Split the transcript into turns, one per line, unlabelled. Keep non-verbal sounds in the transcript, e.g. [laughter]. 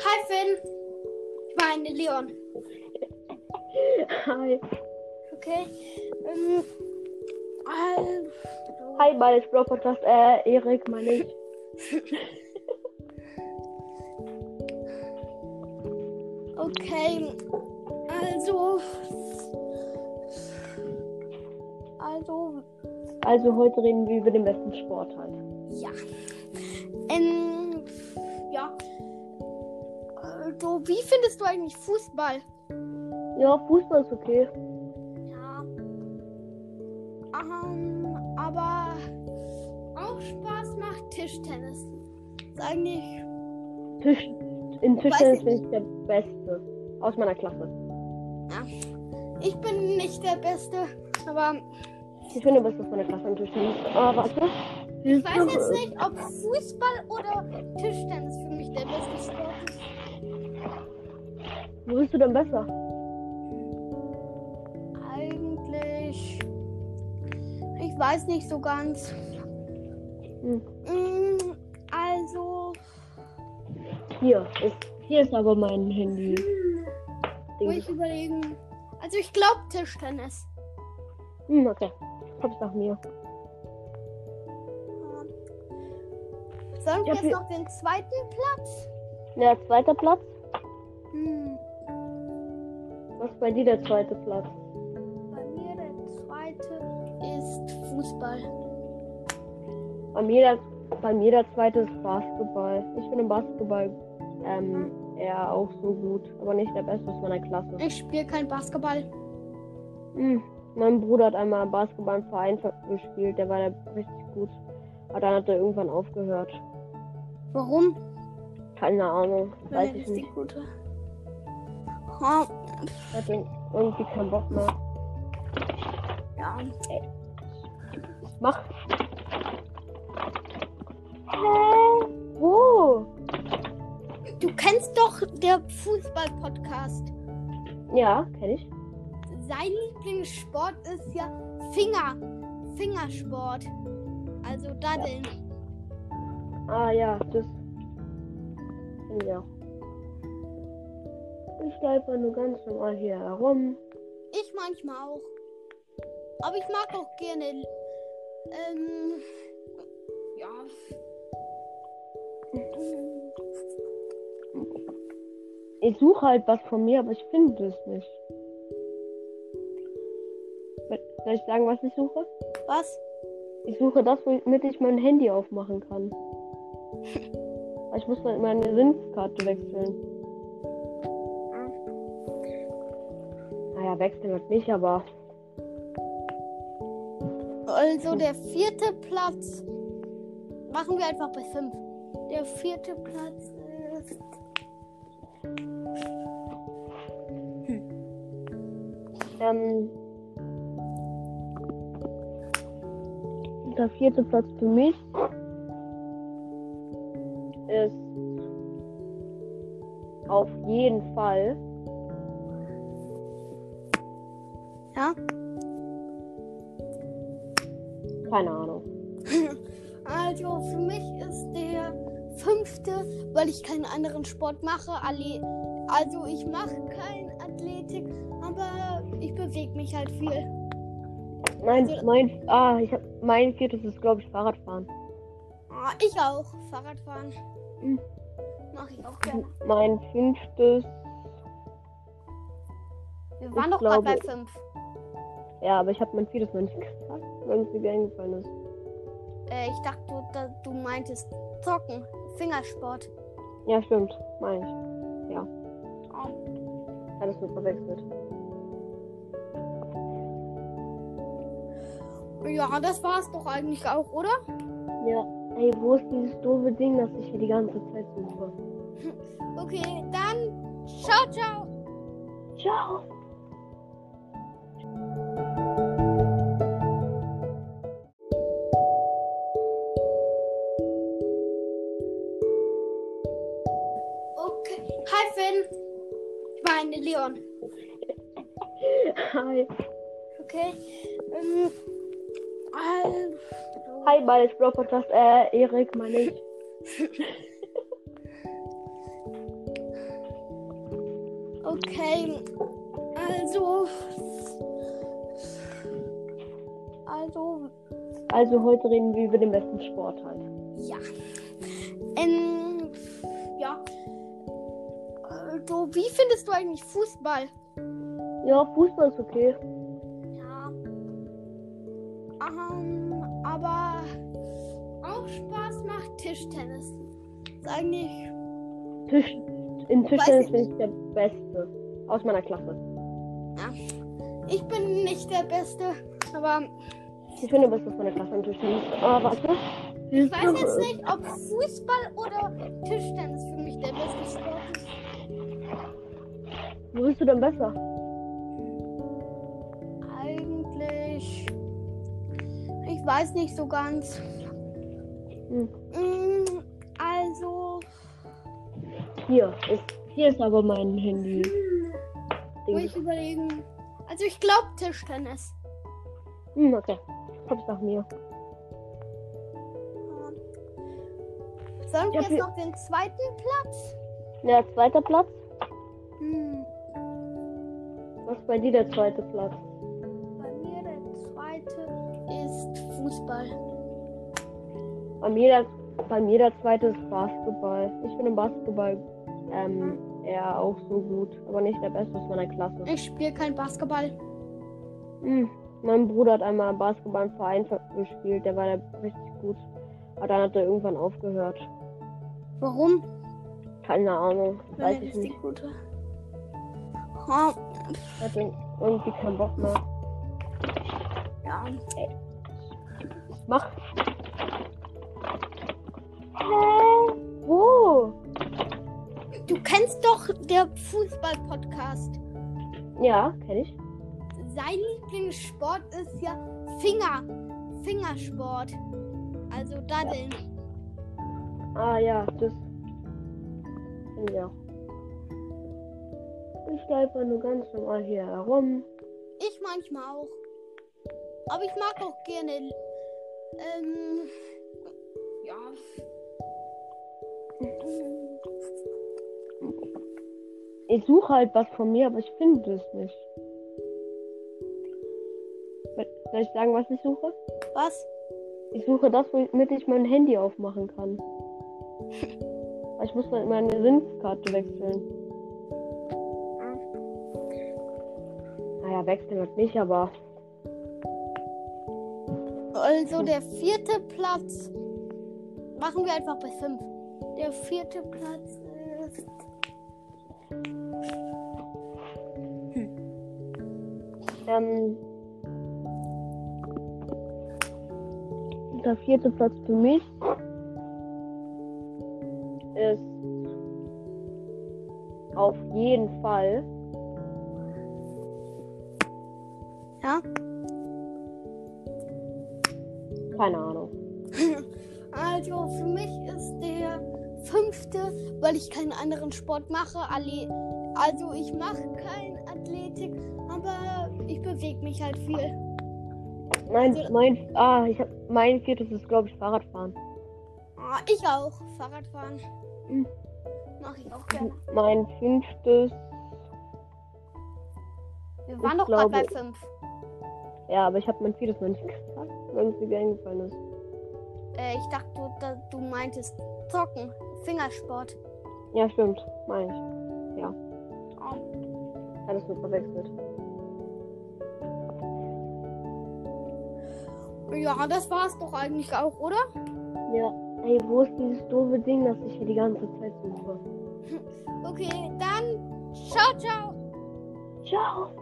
Hi Finn. Ich meine Leon.
Hi.
Okay. Ähm, äh,
Hi, meine Bro Podcast. Äh, Erik, meine ich.
okay. Also. Also,
Also heute reden wir über den besten Sport halt.
ja. Ähm, ja. Also, wie findest du eigentlich Fußball?
Ja, Fußball ist okay.
Ja. Ähm, aber auch Spaß macht Tischtennis. Ist eigentlich.
Tisch, in
Weiß
Tischtennis
ich
bin ich der Beste. Aus meiner Klasse.
Ich bin nicht der Beste, aber
Ich bin der Beste aus meiner Klasse in Tischtennis. Ah, warte.
ich weiß jetzt nicht, ob Fußball oder Tischtennis für mich der beste Sport ist.
Wo bist du denn besser?
Eigentlich. Ich weiß nicht so ganz.
Hm.
Mm, Also.
Hier ist, hier ist aber mein Handy.
Muss ich überlegen. Also ich glaube Tischtennis.
Hm, okay. Kommst nach mir.
Sollen wir
Ja,
jetzt
wir-
noch den zweiten Platz?
Ja, zweiter Platz.
Hm.
Was ist bei dir der zweite Platz?
Bei mir der zweite ist Fußball.
Bei mir, der, bei mir der zweite ist Basketball. Ich bin im Basketball ähm, eher auch so gut, aber nicht der Beste aus meiner Klasse.
Ich spiele kein Basketball.
Hm. Mein Bruder hat einmal Basketball im Verein ver- gespielt, der war da richtig gut. Aber dann hat er irgendwann aufgehört.
Warum?
Keine Ahnung, weiß
Weil
ich
das die
nicht.
gute. Ah,
Er hat irg- irgendwie keinen Bock mehr.
ja.
Mach! Hä? Wo?
Du kennst doch der Fußball-Podcast.
Ja, kenne ich.
Sein Lieblingssport ist ja Finger. Fingersport. Also Daddeln.
Ah ja, das finde ich auch. Ich läufe nur ganz normal hier herum.
Ich manchmal auch. Aber ich mag auch gerne. Ähm. Ja.
Ich suche halt was von mir, aber ich finde es nicht. Soll ich sagen, was ich suche?
Was?
Ich suche das, womit ich mein Handy aufmachen kann. Weil Ich muss halt meine SIM-Karte wechseln. Naja, Ah wechseln wird nicht, aber
Also der vierte Platz. Machen wir einfach bei fünf. Der vierte Platz ist.
Ähm, der vierte Platz für mich ist auf jeden Fall
Ja?
keine Ahnung.
Also für mich ist der fünfte, weil ich keinen anderen Sport mache. alle- Also ich mache kein Athletik, aber ich bewege mich halt viel.
Mein,
Also-
mein, ah, ich hab, mein viertes ist glaube ich Fahrradfahren.
Ah, Ich auch. Fahrradfahren.
Mhm.
Mache ich auch gerne.
Mein fünftes,
Wir
Ich
waren doch gerade bei
glaube-
fünf.
ja, aber ich habe mein viertes noch nicht [laughs] gesagt, weil es mir wieder eingefallen ist.
Äh, ich dachte, du, da- du meintest Zocken, Fingersport.
Ja, stimmt, mein ich.
Ah,
Alles nur verwechselt.
Ja, das war's doch eigentlich auch, oder?
Ja, ey, wo ist dieses doofe Ding, das ich hier die ganze Zeit suche?
Okay, dann ciao, ciao.
Ciao!
Okay. Hi Finn. Ich meine Leon.
Hi.
Okay. Ähm, äh,
Hi, meine Bro Podcast. Äh, Erik, meine ich.
Okay, also. Also,
Also heute reden wir über den besten Sport halt.
ja. Ähm, ja. Also, wie findest du eigentlich Fußball?
Ja, Fußball ist okay.
Ja. Ähm, aber auch Spaß macht Tischtennis. Sagen die.
Tisch, in
ich
Tischtennis bin ich der Beste. Aus meiner Klasse.
Ich bin nicht der Beste, aber
Ich bin der Beste aus meiner Klasse in Tischtennis. Ah, warte.
ich weiß jetzt nicht, ob Fußball oder Tischtennis für mich der beste Sport ist.
Wo bist du denn besser?
Eigentlich. Ich weiß nicht so ganz.
Hm.
Mm, Also,
Hier ist, hier ist aber mein Handy.
muss ich
Ding.
überlegen. Also, ich glaube Tischtennis.
Hm, okay. Kommst nach mir.
Sollen wir
Ja,
jetzt
wir-
noch den zweiten Platz?
Ja, zweiter Platz.
Hm,
Was ist bei dir der zweite Platz?
bei mir der zweite ist Fußball.
Bei mir der, bei mir der zweite ist Basketball. Ich bin im Basketball ähm, eher auch so gut, aber nicht der Beste aus meiner Klasse.
Ich spiele kein Basketball.
Hm. Mein Bruder hat einmal Basketball im Verein ver- gespielt, der war da richtig gut. Aber dann hat er irgendwann aufgehört.
Warum?
Keine Ahnung,
Weil
weiß
er
ich
richtig
nicht.
gut war. Ah,
Hat irgendwie keinen Bock mehr.
ja.
Mach. Hä? Wo?
Du kennst doch der Fußball-Podcast.
Ja, kenne ich.
sein Lieblingssport ist ja Finger. Fingersport. Also Daddeln.
Ah ja, das finde ich auch. Ich laufe nur ganz normal hier herum.
Ich manchmal auch. Aber ich mag auch gerne. Ähm. Ja.
Ich suche halt was von mir, aber ich finde es nicht. Soll ich sagen, was ich suche?
Was?
Ich suche das, womit ich mein Handy aufmachen kann. Aber Ich muss halt meine SIM-Karte wechseln. Naja, wechseln halt nicht, aber
Also der vierte Platz. Machen wir einfach bis fünf. Der vierte Platz ist.
Ähm, der vierte Platz für mich ist auf jeden Fall
Ja?
keine Ahnung.
Also für mich ist der fünfte, weil ich keinen anderen Sport mache. alle- Also ich mache kein Athletik, aber ich bewege mich halt viel.
Nein, mein, ah, ich hab, mein viertes ist glaube ich Fahrradfahren.
Ah, Ich auch. Fahrradfahren.
Mhm.
Hm. Mache ich auch gerne.
Mein fünftes,
Wir
Ich
waren doch gerade bei
glaube-
fünf.
ja, aber ich habe mein viertes noch nicht gesagt, weil es mir wieder eingefallen ist.
Äh, ich dachte, du, da, du meintest Zocken, Fingersport.
Ja, stimmt, meine ich.
Oh,
Alles nur verwechselt.
Ja, das war's doch eigentlich auch, oder?
Ja, ey, wo ist dieses doofe Ding, das ich hier die ganze Zeit suche?
Okay, dann ciao, ciao.
Ciao!